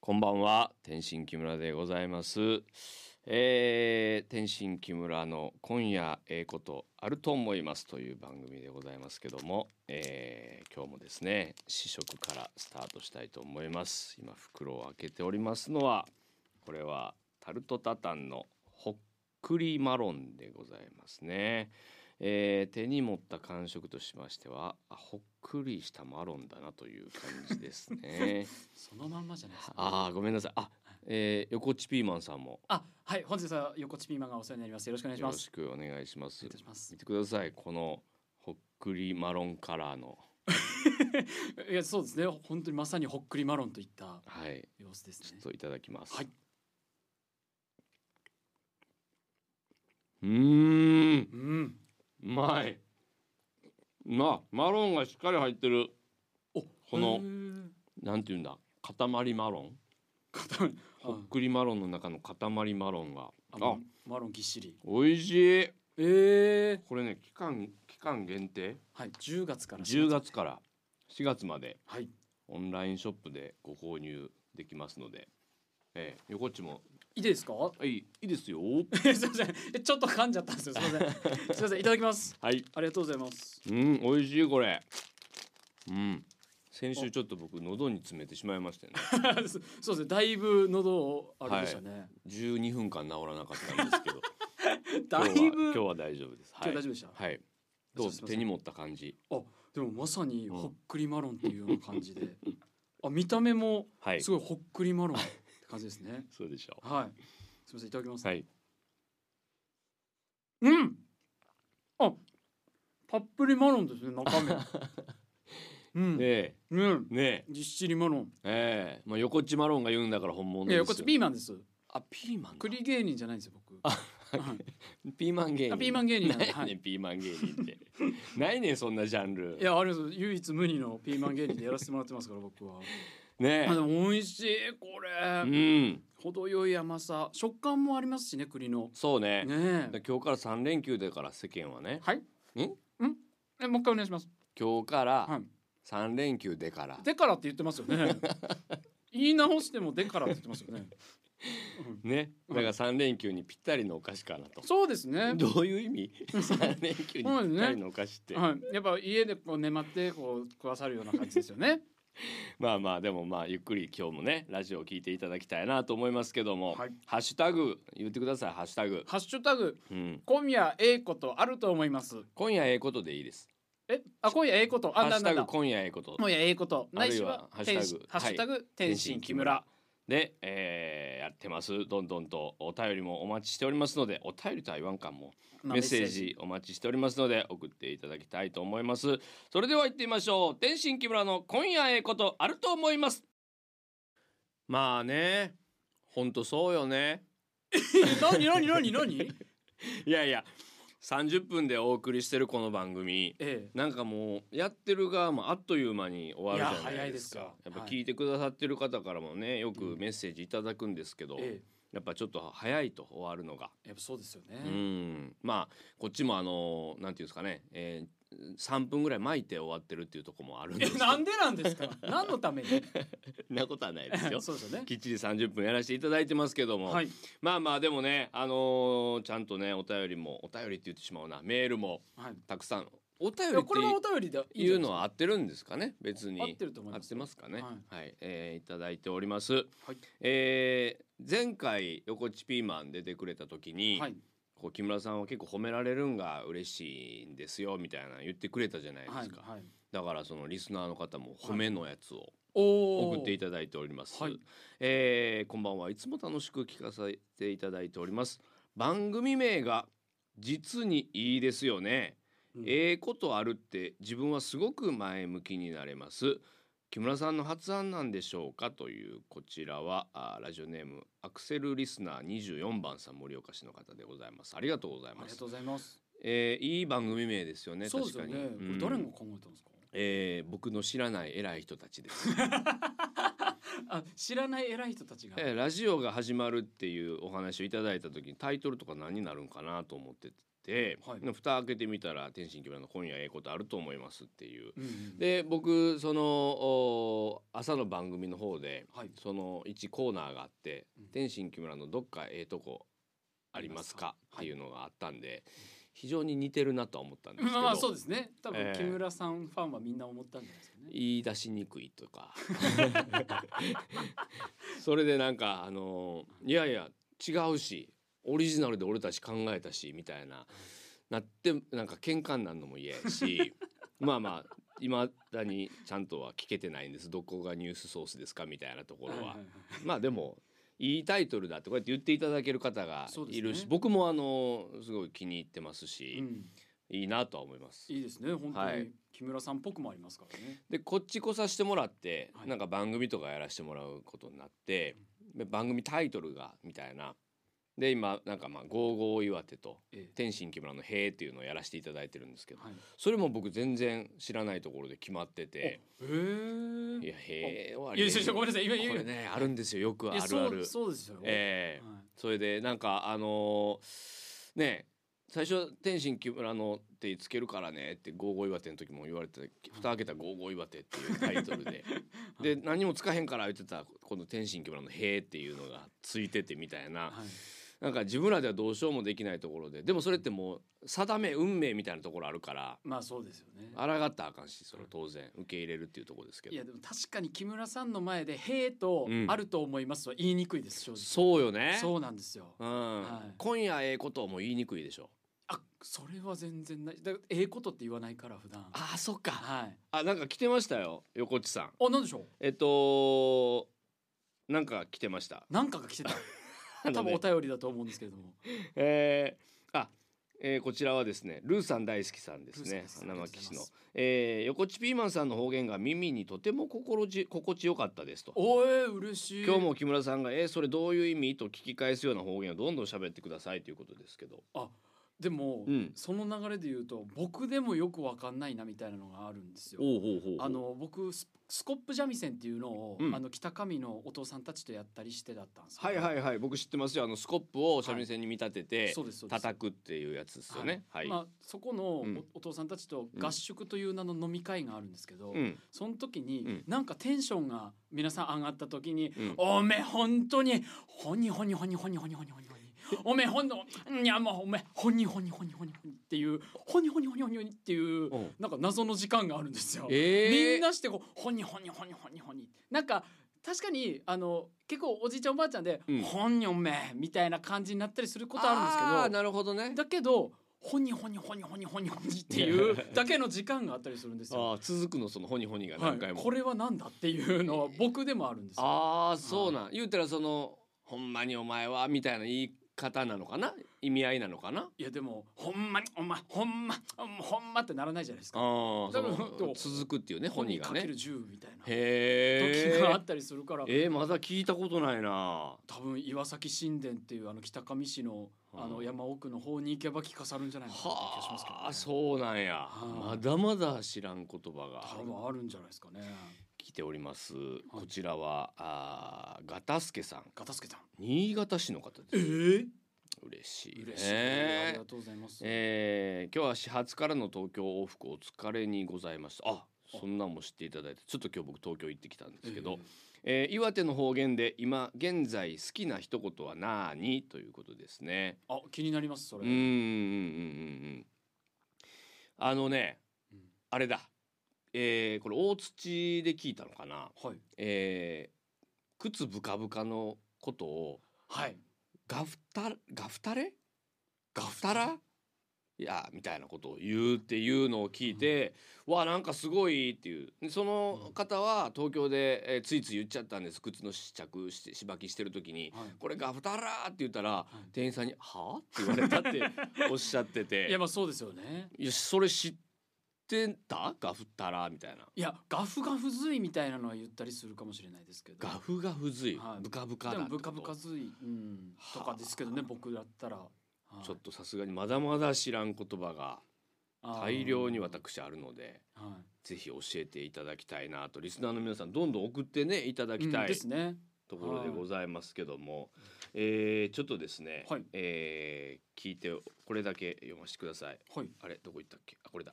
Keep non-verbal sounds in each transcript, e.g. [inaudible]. こんばんは天心木村でございます、えー、天心木村の今夜ええことあると思いますという番組でございますけども、えー、今日もですね試食からスタートしたいと思います今袋を開けておりますのはこれはタルトタタンのほっくりマロンでございますね、えー手に持った感触としましてはあほっくりしたマロンだなという感じですねそのまんまじゃないですか。あーごめんなさいあ、えー、横地ピーマンさんもあはい、本日は横地ピーマンがお世話になります。よろしくお願いしよまろす。しくお願いしますお願いいたします見てくださいこのほっくりマロンカラーのいや、そうですね。本当にまさにほっくりマロンといったはい様子ですちょねっ。といただきますはいうーんうん。うまいなマロンがしっかり入ってるお、このへーなんていうんだ塊マロン固めほっくりマロンの中の塊マロンがあああマロンぎっしり。美味しいええこれね期間期間限定はい、10月から。 10。月から4月まではい。オンラインショップでご購入できますので、ええ、横っちもいいですか？ [laughs] あいいいいですよ。えすみません。えちょっと噛んじゃったんですよ。すみま [laughs] せん。すみません。いただきます。はい。ありがとうございます。 [laughs] うん、美味しいこれ。うん。先週ちょっと僕喉に詰めてしまいましたね。そうそうですね。だいぶ喉をあれでしたね。 12分間治らなかったんですけど、 [laughs] だい今日ぶは今日は大丈夫です。は今い日大。丈夫でした。はい。どうすいませ手んに持った感じ。でもまさにうんほっくりマロンっていうような感じで、 [laughs] あ見た目もはい。すそごいほっくりマロンって感じですね。うでしょはい。すみませんいただきます。う。はい。うん。あ、たっぷりマロンですね中身。 [laughs] うん。ねうん。えねぎっしりマロン。えええまあ横っちマロンが言うんだから本物いですやよ。こっちピーマンです。あピーマンだ。栗芸人じゃないんですよ僕。あはいピーマン芸人。あピーマン芸人なんなでいね、はいピーマン芸人って。ないねんそんなジャンル。いやあれです唯一無二のピーマン芸人でやらせてもらってますから僕は。ねあえで。も美味しいこうれ。ん。程よい甘さ、食感もありますしね栗の。そうね。ねえだ。今日から三連休だから世間はねはい。ん？えもう一回お願いします。今日からは三連休でからい。でからって言ってます [laughs] よね。言い直してもでからって言ってますよね。うんねだから三連休にぴったりのお菓子かなとそうですね。どういう意味三連休にぴったりのお菓子って、はい。やっぱ家でこう眠ってこう食わさるような感じです [laughs] よね。まあまあでもまあゆっくり今日もねラジオを聞いていただきたいなと思いますけども、はいハッシュタグ言ってくださいハッシュタグ、ハッシュタグうん、今夜ええことあると思います。今夜ええことでいいですえあ今夜ええことハあッなシュんだタなグんだ。今夜ええこと今夜ええことあないるいしははハッシュタ天グ使ハッシュタグ天心木は村い。で、えーやってますどんどんとお便りもお待ちしておりますのでお便りとは言わんかもまあメッセージお待ちしておりますので送っていただきたいと思いますそれでは行ってみましょう天心木村の今夜ええことあると思いますまあねほんとそうよねメッセージ。何 [laughs] 何何何？いやいや30分でお送りしてるこの番組ええ。なんかもうやってる側もあっという間に終わるじゃないですかいやや早いですよっぱはい聞いてくださってる方からもねよくうんメッセージいただくんですけど、えやっぱちょっと早いと終わるのがえ。やっぱそうですよね。うんまあこっちもあのなんていうんですかね、えー、3分ぐらい巻いて終わってるっていうところもあるんでえすけどなんでなんですか。何のために。そんなことはないですよ [laughs] そうですよね。きっちり30分やらせていただいてますけども、はい。まあまあでもねあのーちゃんとねお便りもお便りって言ってしまうなメールもはい。たくさんお便いりやっこれはおて便りでいいんいじうゃなのは合ってるんですかね別にいですか合ってると思い合まっす。てますかねははい、えーいただいております、はいえー前回横地ピーマン出てくれた時に、はい。こう木村さんは結構褒められるんが嬉しいんですよみたいなの言ってくれたじゃないではい。すか、はい。だからそのリスナーの方も褒めのやつをおお。送っていただいております、はいえーこんばんはいつも楽しく聞かせていただいております番組名が実にいいですよね、うんええことあるって自分はすごく前向きになれます木村さんの発案なんでしょうかというこちらはあーラジオネームアクセルリスナー24番さん盛岡市の方でございますありがとうございあまりがすとうございます。えーいい番組名ですよねそうで確すかよに、ね。こうれん誰が考えたんですか。えー僕の知らない偉い人たちですあ、知らない偉い人たちが。えーラジオが始まるっていうお話をいただいた時にタイトルとか何になるんかなと思ってて、はいの蓋開けてみたら天津木村の今夜ええことあると思いますっていう。うんうん、で僕そのお朝の番組の方ではい、その1コーナーがあってうん「天津木村のどっかええとこありますか?」っあていりうまのがあったんで非常に似てるなとは思ったんですけど、まあそうですね多え分え木村さんファンはみんな思ったんじゃないですかね、言い出しにくいとかそれでなんかあのいやいや違うしオリジナルで俺たち考えたしみたいななってなんか喧嘩になんのも嫌やし [laughs] まあまあいまだにちゃんとは聞けてないんですどこがニュースソースですかみたいなところは。はいはいはいまあでもいいタイトルだってこうやって言っていただける方がそうですねいるし、僕もあのすごい気に入ってますしう、ん、いいなとは思います。いいですね本当はにい木村さんっぽくもありますからね、でこっち来させてもらって、はいなんか番組とかやらせてもらうことになって、で番組タイトルがみたいなで今なんかまあ「ゴーゴー岩手」とえ「天心木村のへーっていうのをやらせていただいてるんですけえどはい、それも僕全然知らないところで決まってておへ「いえやへーはあいりやえいやいやごめんなさい今こ言れう、ねあるんですよよくいあやるそあうる。そうですよ、ええはいそれでなんかあのーね最初「天心木村の」ってつけるからねって「ゴーゴー岩手」の時も言われてた「蓋開けたらゴーゴー岩手」っていうタイトル [laughs] でで何もつかへんから言ってたこの「天心木村のへーっていうのがついててみたいなはいなんか自分らではどうしようもできないところででもそれってもう定め運命みたいなところあるからまあそうですよね抗ったらあかんしそれは当然受け入れるっていうところですけいどやでも確かに木村さんの前で「へえ」とうん「あると思います」は言いにくいです正直、そうよねそうなんですようんはい今夜ええことも言いにくいでしょあそれは全然ないだからええことって言わないから普段ああそっかはいあなんか来てましたよ横地さんあなんでしょうえっとなんか来てましたなんか [laughs] が来てたあの多ね分お便りだと思うんですけれどもえーあえーこちらはですねルーさん大好きさんですルーねさん花大好き巻市のありがとうございます、えー、横地ピーマンさんの方言が耳にとても心地心地よかったですとおえ嬉しい今日も木村さんが「えーそれどういう意味?」と聞き返すような方言をどんどん喋ってくださいということですけどでも、うんその流れで言うと僕でもよくわかんないなみたいなのがあるんですよおうほうほうほうあの僕ススコップ三味線っていうのを、うんあの北上のお父さんたちとやったりしてだったんですはいはいいはい僕知ってますよあのスコップを三味線に見立ててそうですそうです叩くっていうやつですよねはい、まあ、そこのお,、うん父さんたちと合宿という名の飲み会があるんですけど、うんその時に、うんなんかテンションが皆さん上がった時にうん「おめえ本当にほにほにほにほにほにほにほにほにおめえほんのいやもうおめえほにほにほにほにほに」っていう「ほにほにほにほにほに」っていううんなんか謎の時間があるんですよ。えー、みんなしてこう「ほにほにほにほにほに」なんか確かにあの結構おじいちゃんおばあちゃんでうん「ほんにょめ」みたいな感じになったりすることあるんですけど。あーなるほどねだけどホニホニホニホニホニホニっていうだけの時間があったりするんですよ。あー続くのそのホニホニがは何回い、も、これはなんだっていうのは僕でもあるんですよ。ああそうなん、言うたらその「ほんまにお前は」みたいな言い方なのかな意味合いなのかないやでもほんまにお前ほんまほんまってならないじゃないですあか。ーそだからでのも続くっていうねホホニニがかけねる10みたいな時へがあーったりするからえー、まだ聞いたことないな多分岩崎神殿っていうあの北上市のあうのん山奥の方に行けば聞かさるんじゃないかなって気がしますけど、ねはあ、そうなんやはまいだまだ知らん言葉多が分あるんじゃないですかね。来ておりますこちらはあーガタスケさんガタスケさん。新潟市の方ええです嬉しいね嬉しい、ありがとうございます。えー今日は始発からの東京往復お疲れにございましたあそんなんも知っていただいてちょっと今日僕東京行ってきたんですけど、えー岩手の方言で今現在好きな一言は何ということですねあ気になりますそうれ。んうんうんうんうんあのねうんあれだえーこれ大土で聞いたのかなはい。えー靴ブカブカのことをはい。ガフタガフタレガフタラいやみたいなことを言うっていうのを聞いて、わあなんかすごいっていうでその方は東京で、えーついつい言っちゃったんです靴の試着してしばきしてる時にはい「これガフタラ!」って言ったら、い店員さんに「はあ?」って言われたって [laughs] おっしゃってて「いやまあそうですよね。いやそれ知ってたガフタラ」みたいな。いやガフガフ髄みたいなのは言ったりするかもしれないですけど。ガフガフ髄、はいブカブカだでってもことブカブカ髄、うん、とかですけどねはあ僕だったら。はいちょっとさすがにまだまだ知らん言葉が大量に。私あるのであーはいぜひ教えていただきたいなとリスナーの皆さんどんどん送ってねいただうきんたい、ですね。ところでございますけども、えーちょっとですね、はいえー聞いてこれだけ読ませてください。はいあれどこ行ったっけあこれだ、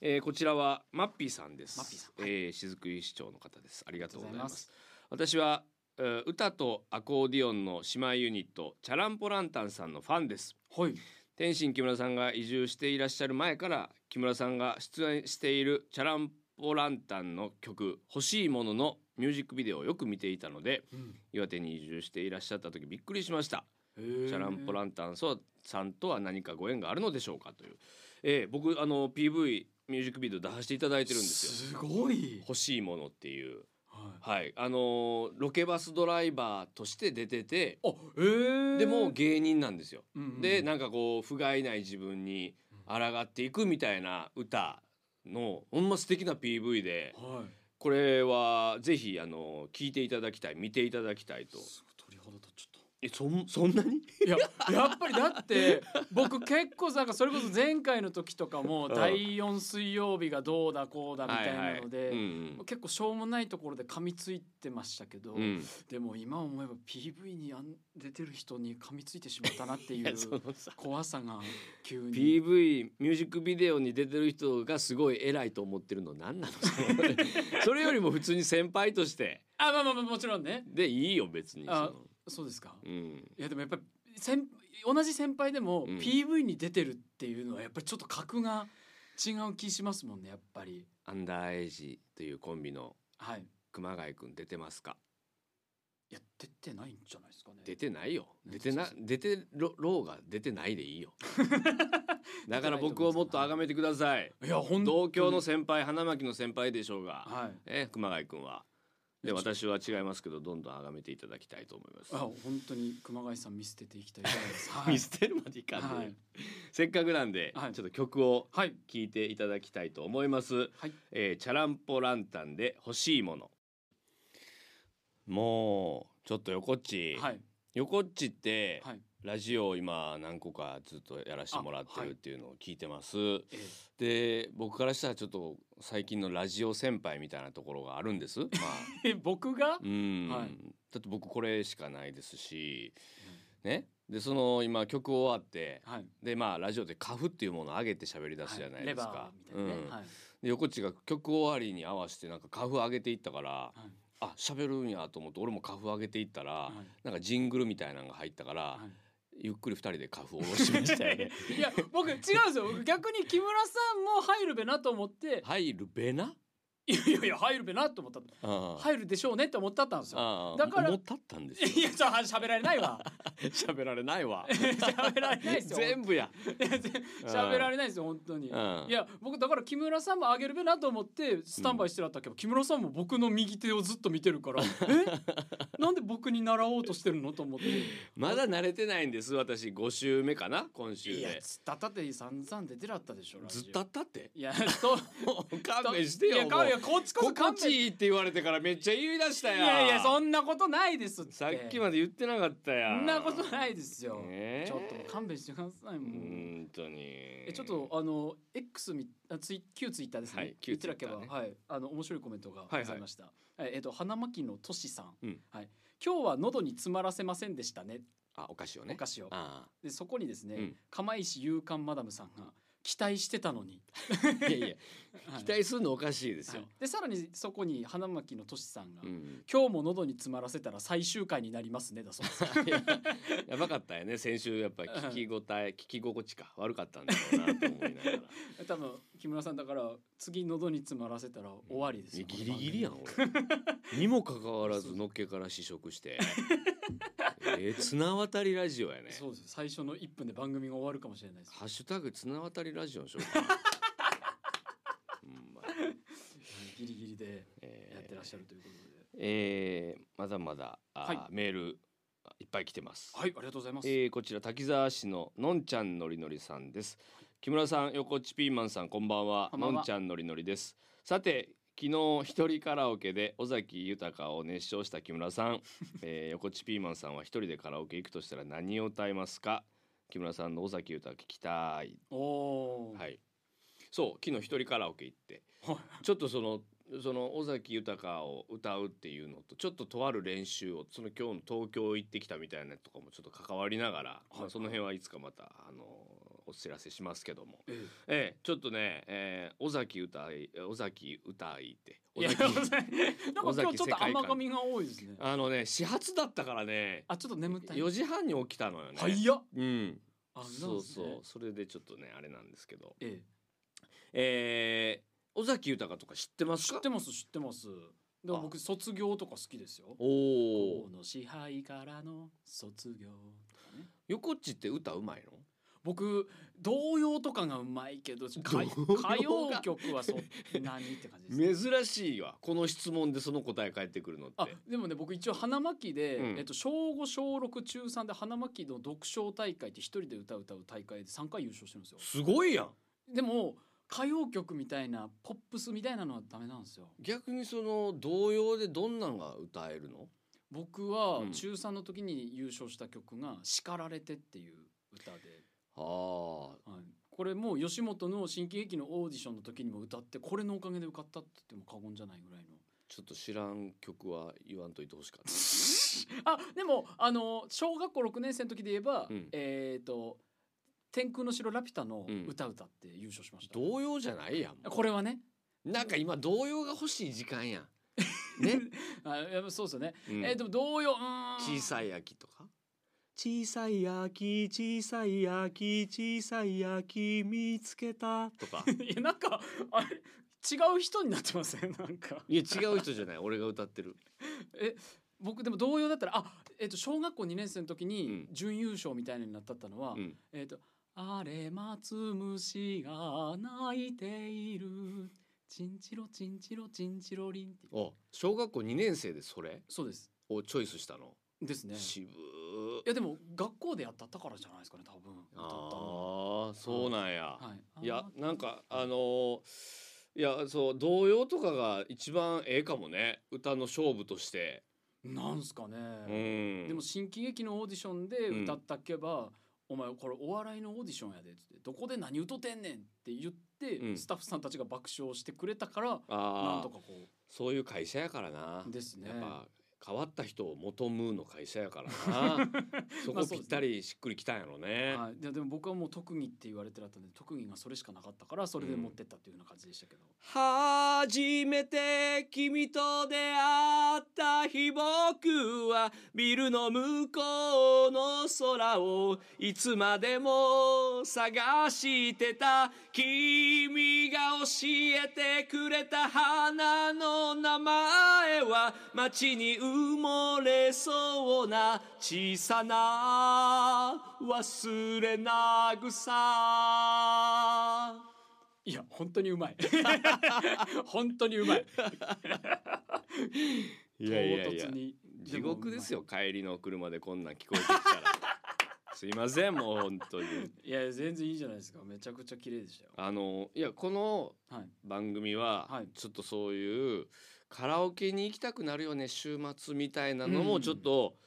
えーこちらはマッピーさんですマッピーさんえはー雫井市長の方ですありがとうございますあ私は、えー歌とアコーディオンの姉妹ユニットチャランポランタンさんのファンですりがとうございます。天心木村さんが移住していらっしゃる前から木村さんが出演しているチャランポランタンの曲「欲しいもの」のミュージックビデオをよく見ていたのではい。うん岩手に移住していらっしゃった時びっくりしましたチチャランポランタンそうさんとは何かご縁があるのでしょうかという、えー僕あの PV ミュージックビデオ出させていただいてるんですよすご「い。欲しいもの」っていうははい。いあのーロケバスドライバーとして出ててあ、えーでも、芸人なんですようんうんでなんかこう不甲斐ない自分にうん抗っていくみたいな歌のほんま素敵な PV ではい。これはぜひあの聴いていただきたい見ていただきたいとすごい鳥肌立っちゃった。えそんそんなにいややっぱりだって僕結構なんかそれこそ前回の時とかもうん第4水曜日がどうだこうだみたいはなので、うん結構しょうもないところで噛みついてましたけど、うんうんでも今思えば PV にあん出てる人に噛みついてしまったなって [laughs] いいうやそのさ怖さが急に PV ミュージックビデオに出てる人がすごい偉いと思ってるの何なの [laughs] そのそれよりも普通に先輩としてあまあまあまあもちろんねでいいよ別にそあの、そうですかうん、いやでもやっぱり先同じ先輩でもうん PV に出てるっていうのはやっぱりちょっと格が違う気しますもんねやっぱりアンダーエイジというコンビのはいい熊谷くん出てますかや出てないんじゃないですかね出てないようん出てなそう出てろろうが出てないでいい [laughs] よだから僕をもっ出てないと思いますと崇めてくださいいや本当に同郷の先輩花巻の先輩でしょうが、はいえ熊谷くんはでいや私は違いますけどどんどん崇めていただきたいと思いますあ本当に熊谷さん見捨てていきたいと思いますはい見捨てるまでいかんで、はいせっかくなんで、はいちょっと曲をはい聴いていただきたいと思います、はいえーチャランポランタンで欲しいものもうちょっと横っち、はい横っちって、はいラジオを今何個かずっとやらせてもらってあはるいっていうのを聞いてます、ええで僕からしたらちょっと最近のラジオ先輩みたいなところがあるん [laughs] ですまあえ僕がうん、はいだって僕これしかないですしねでその今曲終わってはいでまあラジオでカフっていうものを上げて喋り出すじゃないですか、はい、レバーみたいなうね、んはいで横地が曲終わりに合わせてなんかカフ上げていったから、はいあ喋るんやと思って俺もカフ上げていったら、はいなんかジングルみたいなのが入ったから、はいゆっくり二人でカフ下ろしました [laughs] ねいや僕違うんですよ僕逆に木村さんも入るべなと思って入るべな、いやいやいや入るべなと思ったうん入るでしょうねって思ったったんですよああだから思ったったん [laughs] ですいよやちょっと喋られな [laughs] いわ喋られないわ喋られないですよ全 [laughs] 部やいや全喋られないですよ本当に、うん [laughs] いや僕だから木村さんもあげるべなと思ってスタンバイしてらったけど、木村さんも僕の右手をずっと見てるか [laughs] らえなんで僕に習おうとしてるのと思ってまだ慣れてないんです私5週目かな今週いやでつったったって散々出てらったでしょラジずオっとあったっていやそう [laughs] 勘弁してよいやもう勘弁こっちこそ心勘地弁いいって言われてからめっちゃ言い出したいよやいやそんなことないですってさっきまで言ってなかったやそんなことないですよ、ねえちょっともう勘弁してくださいもう、本当にええちょっとあの X みあツイ旧ツイッターですね。はい旧言ってらけば、 Twitter ねはいあの面白いコメントがいはいございました。はいえっ、と花巻のとしさん,、うんはい今日は喉に詰まらせませんでしたね。あお菓子をねお菓子を。あでそこにですね、うん釜石勇敢マダムさんが期待してた [laughs] のに。あいやいや [laughs] は期い待するのおかしいですよはい、でさらにそこに花巻のとしさんが、うん今日も喉に詰まらせたら最終回になりますねだそ [laughs] うでいす。ややばかったよね先週やっぱ聞き応え、聞き心地か悪かったんだろうなと思いなが [laughs] ら多分木村さんだから次喉に詰まらせたら終わりですよ。いやギリギリやん俺 [laughs] にもかかわらずのっけから試食してえー、綱渡りラジオやねそうです最初の1分で番組が終わるかもしれないです。ハッシュタグ綱渡りラジオにしよ [laughs] うかなほんまにギリギリでえーやってらっしゃるということで。えーまだまだあー、はメールあいっぱい来てます、はい、ありがとうございます。えーこちら滝沢市ののんちゃんのりのりさんです木村さん横地ピーマンさんこんばんはこんばんはのんちゃんのりのりですさて昨日一人カラオケで尾崎豊を熱唱した木村さん、 [laughs] えー、横地ピーマンさんは一人でカラオケ行くとしたら何を歌いますか木村さんの尾崎豊聞きたいおお、はいそう昨日一人カラオケ行ってはいちょっとそのその尾崎豊を歌うっていうのとちょっととある練習をその今日の東京行ってきたみたいなとかもちょっと関わりながら、いまあその辺はいつかまたあのお知らせしますけども、えええ、ちょっとね、えー、尾崎歌い尾崎歌いってい尾や崎なんか [laughs] 今日ちょっ尾崎世界と観甘噛みが多いですねあのね始発だったからねあちょっと眠った4時半に起きたのよね。早っうん、あそうそなんうですねそれでちょっとねあれなんですけど、ええー、尾崎豊とか知ってまえす知かってます知ってますでも僕卒業とか好きですよおこおの支配からの卒業とかね横っちって歌うまいの僕童謡とかがうまいけど歌い童謡が歌謡曲はそんなにって感じ [laughs] です、ね、珍しいわこの質問でその答え返ってくるのってあでもね僕一応花巻で、うんえっと、小5小6中3で花巻の読唱大会って一人で歌う歌う大会で3回優勝してるんですよすごいやんでも歌謡曲みたいなポップスみたいなのはダメなんですよ逆にその童謡でどんなんが歌えるの僕はうん中3の時に優勝した曲が「叱られて」っていう歌で、あはい、これも吉本の新喜劇のオーディションの時にも歌ってこれのおかげで受かったって言っても過言じゃないぐらいのーちょっと知らん曲は言わんといてほしかった [laughs] あでもあの小学校6年生の時で言えば、うんえっ、と「天空の城ラピュタ」のうん歌歌って優勝しました、童謡じゃないやんもうこれはねなんか今童謡が欲しい時間やんね、あやっぱそうですよね、うんえーでも同様うーん小さい秋とか小さい秋小さい秋小さい秋見つけたとか [laughs] いやなんかあれ違う人になってませんなんかいや違う人じゃない俺が歌ってる僕でも同様だったらあえっ、と小学校2年生の時にうん準優勝みたいなのになったったのは、うんえっ、と「あれ松虫が泣いている」チンチロチンチロチンチロリンっていうお小学校2年生でそれそうですをチョイスしたの、ですね渋ーいやでも学校でやったったからじゃないですかね多分歌ったのああそうなんや、、ははいやあーなんかあのーいやそう童謡とかが一番ええかもね歌の勝負として、なんすかうね、ん、でも新喜劇のオーディションで歌ったっけば、お前これお笑いのオーディションやで」っつって「どこで何歌ってんねん」って言って、うんスタッフさんたちが爆笑してくれたからなあんとあかこそういう会社やからなうですねやっぱ変わった人を求むの会社やからな [laughs] そまこあそうですねぴったりしっくりきたんやろね、はい、ででも僕はもう特技って言われてだったんで特技がそれしかなかったからそれで持ってったっていうような感じでしたけど、初めて君と出会った日僕はビルの向こうの空をいつまでも探してた君が教えてくれた花の名前は街に埋もれそうな小さな忘れな草いや本当に [laughs] うまい本当にうまいいやいやいや唐突に地獄ですよよ帰りの車でこんなん聞こえてき [laughs] たらすいませんもう本当にいや全然いいじゃないですかめちゃくちゃ綺麗でしたよあのいやこのはい番組は、はいちょっとそういうカラオケに行きたくなるよね週末みたいなのもうんちょっと、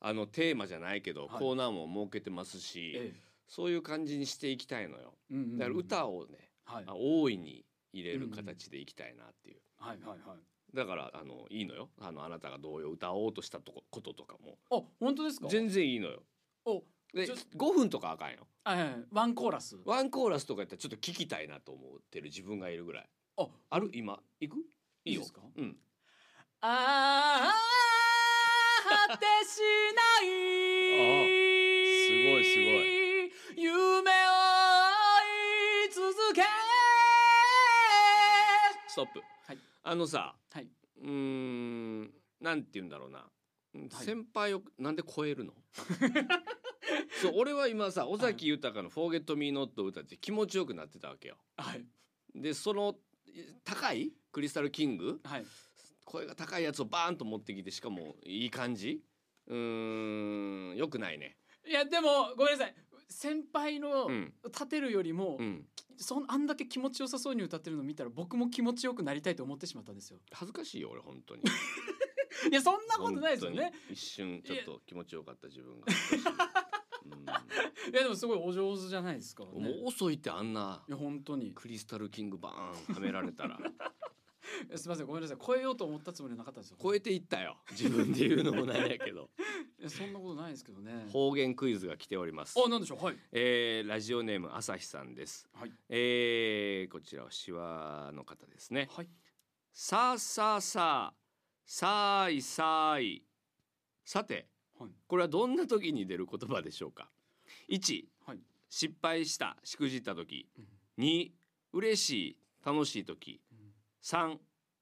あのテーマじゃないけど、はいコーナーも設けてますし、えそういう感じにしていきたいのよえうんうんうんだから歌をね、はいあ大いに入れる形でいきたいなっていう、はいはいはいだからあのいいのよあのあなたが同様歌おうとしたとここととかもあ本当ですか全然いいのよおでちょ5分とかあかんよあはいはいワンコーラスワンコーラスとかやったらちょっと聞きたいなと思ってる自分がいるぐらいあある今行くいいいいよですかうんああ果てしないごいすごい夢を追い続けストップ、はいあのさはい、うーんなんて言うんだろうな、うんはい先輩をなんで超えるの [laughs] そう俺は今さ尾崎豊の「フォーゲット・ミー・ノット」歌って気持ちよくなってたわけよはいでその高いクリスタル・キングはい声が高いやつをバーンと持ってきてしかもいい感じうーんよくないねいやでもごめんなさい先輩のうん立てるよりも、うんそんあんだけ気持ちよさそうに歌ってるの見たら僕も気持ちよくなりたいと思ってしまった [laughs] んですよ恥ずかしいよ俺本当にいやそんなことないですよね本当に一瞬ちょっと気持ちよかった自分が恥ずか [laughs] しい、いやでもすごいお上手じゃないですか、ね、うんもう遅いってあんないや本当にクリスタルキングバーンはめられたらすみませんごめんなさい超えようと思ったつもりはなかったんですよ超えていったよ自分で言うのもなんやけどえそんなことないですけどね方言クイズが来ておりますあなんでしょうはいえーラジオネーム朝日さんです、はいえーこちらはシワの方ですねはいさあさあさあさあいさあいさてはいこれはどんな時に出る言葉でしょうか1はい失敗したしくじった時うん2嬉しい楽しい時3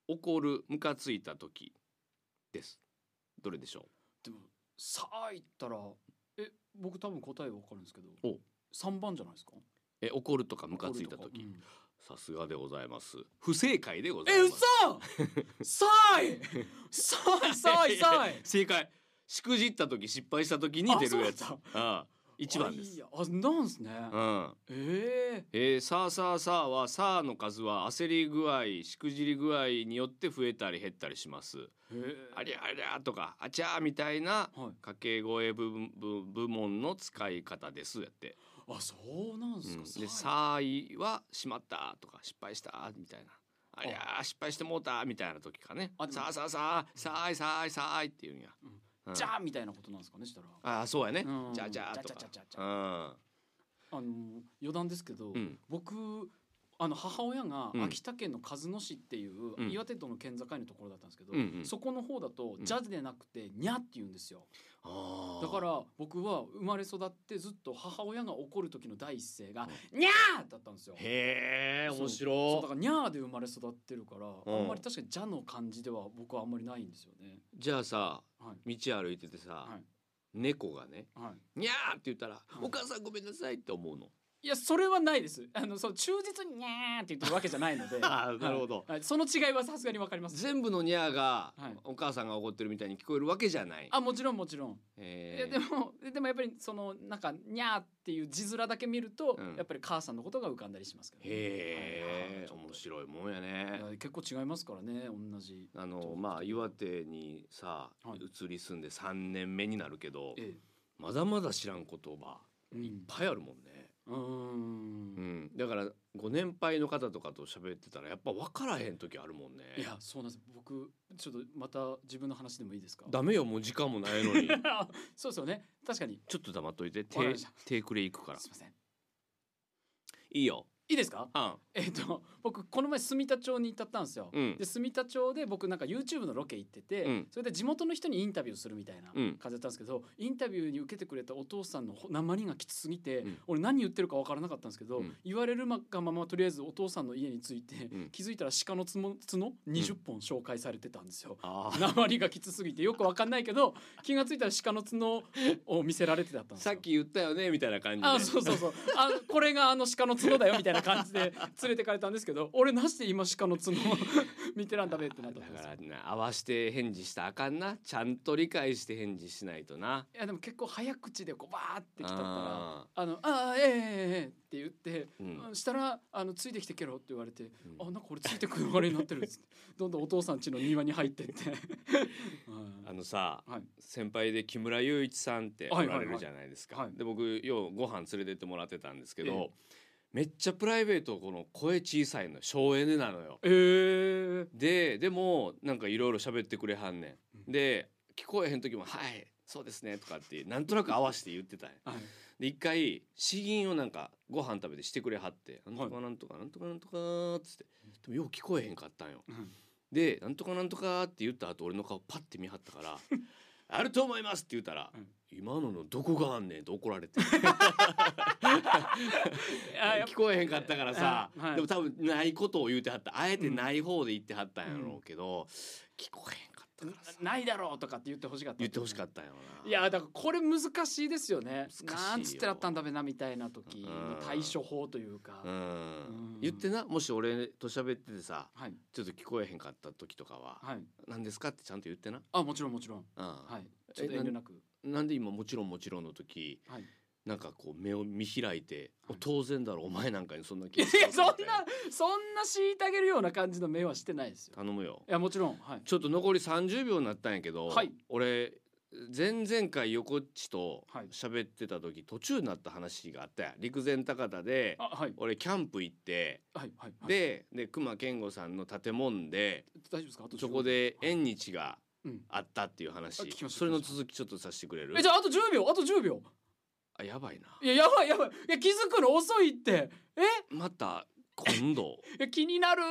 怒るムカついた時ですどれでしょでもさあ言ったらえ僕多分答えわかるんですけどお三番じゃないですかうえ怒るとかムカついた怒るとか時うんさすがでございます不正解でございえま嘘す [laughs] さあいさあいさあいさあい正解しくじった時失敗した時に出るやつあそうだああ一番ですあいいやあなんすねうんええー、さあさあさあはさあの数は焦り具合しくじり具合によって増えたり減ったりしますええありゃありゃとかあちゃーみたいなはい掛け声部分部部門の使い方ですやって、あそうなんですか、うんでさあいはしまったとか失敗したみたいなありゃー失敗してもうたみたいな時かねあでもさあさあさあさあいさあいさあいっていうんや、うんうんじゃあみたいなことなんですかねしたらああそうやねうんじゃあじゃあとじゃあじゃあじゃかあの余談ですけうど、ん僕あの母親がうん秋田県の鹿角市っていう、うん岩手との県境のところだったんですけど、うんうんそこの方だとうんジャズでなくてニャって言うんですよあーだから僕は生まれ育ってずっと母親が怒る時の第一声がうニャーだったんですよへえそう面そう白だいからニャーで生まれ育ってるから、んあんまり確かにジャの感じでは僕はあんまりないんですよねじゃあさはい道歩いててさ、はい猫がねは「いにゃー」って言ったら「んお母さんごめんなさい」って思う [laughs] の。。いやそれはないです。あのその忠実ににゃーって言ってるわけじゃないので [laughs] あーなるほどはいはいその違いはさすがにわかります。全部の「にゃー」がはいお母さんが怒ってるみたいに聞こえるわけじゃない。あもちろんもちろん。いえやーでもでもやっぱりそのなんかにゃーっていう字面だけ見ると、うんやっぱり母さんのことが浮かんだりしますけどね、へえはい面白いもんやはいねい。や結構違いますからね同じ。あのまあ岩手にさはい移り住んで3年目になるけどえまだまだ知らん言葉え、ういっん。ぱいあるもんね。うーんうん、だからご年配の方とかと喋ってたらやっぱ分からへん時あるもんね。いやそうなんです僕ちょっとまた自分の話でもいいですかダメよもう時間もないのに [laughs] そうですよね確かにちょっと黙っといてわかり手ました手くれいくからすいませんいいいよいですかあんえっ、と僕この前住田町に行ったったんですよ、うんで住田町で僕なんか YouTube のロケ行ってて、うんそれで地元の人にインタビューするみたいなうん感じだったんですけど、インタビューに受けてくれたお父さんのほ鉛がきつすぎて、うん俺何言ってるか分からなかったんですけど、うん言われるまがままとりあえずお父さんの家に着いて、うん気づいたら鹿の角角20本紹介されてたんですよ。あ [laughs] ー鉛がきつすぎてよく分かんないけど気がついたら鹿の角を見せられてたったんですさよっ。き言ったよねみたいな感じであそうそうそうあこれがあの鹿の角だよみたいな感じで連れてかれたんですけど俺なしで今鹿の角 [laughs] 見てらんだべってなったんですだよからな合わして返事したらあかんなちゃんと理解して返事しないとないやでも結構早口でこうバーって来たったらあ「あのあーええええええって言って、ーうんしたらあの「ついてきてけろ」って言われてうん「あなんか俺ついてくるあれになってる」っつってどんどんお父さん家の庭に入って [laughs] って、あはのさいはい先輩で木村雄一さんっておはいはらいはいれるじゃないですか、はいで僕ようご飯連れてってもらってたんですけど、ええめっちゃプライベートこの声小さいの省エネなのよえー、ででもなんかいろいろ喋ってくれはんねうんんで聞こえへん時も「はいそうですね」とかってなんとなく合わせて言ってたんやはいで一回詩吟をなんかご飯食べてしてくれはって「なんとはかなんとかなんとかなんとか」っつってでもよう聞こえへんかったんようんで「なんとかなんとか」って言った後俺の顔パッて見はった [laughs] から「あると思います」って言ったらうん「今ののどこがあんねん」って怒られてあやっ聞こえへんかったからさ、 [laughs] あはいでも多分ないことを言うてはったあえてない方で言ってはったんやろうけど、聞こえへんかったからさぱないだろうとかって言ってほしかった言ってほしかっったんやろうないやだからこれ難しいですよねしい。よなんつってだったんだべなみたいな時の対処法というか。うはんうん言ってなもし俺と喋っててさいちょっと聞こえへんかった時とかははい。 「何ですか?」ってちゃんと言ってな、あもちろんもちろん。うんはい。ちょっと遠慮なく。なんで今「もちろんもちろん」の時はい。なんかこう目を見開いて「おはい当然だろお前なんかにそんない気やがするそんなみたいなそんな虐げるような感じの目はしてないですよ。頼むよいやもちろんはい。ちょっと残り30秒になったんやけど、はい俺前々回横っちとはい喋ってた時、途中になった話があったやん陸前高田であはい俺キャンプ行って、はいはいはいでで熊健吾さんの建物で大丈夫ですかあとそこでえ縁日がうんあったっていう話、あ聞きましたそれの続きちょっとさせてくれるえじゃああと10秒あと10秒あやばいないややばいやばいいや気づくの遅いってえまた今度いや気になる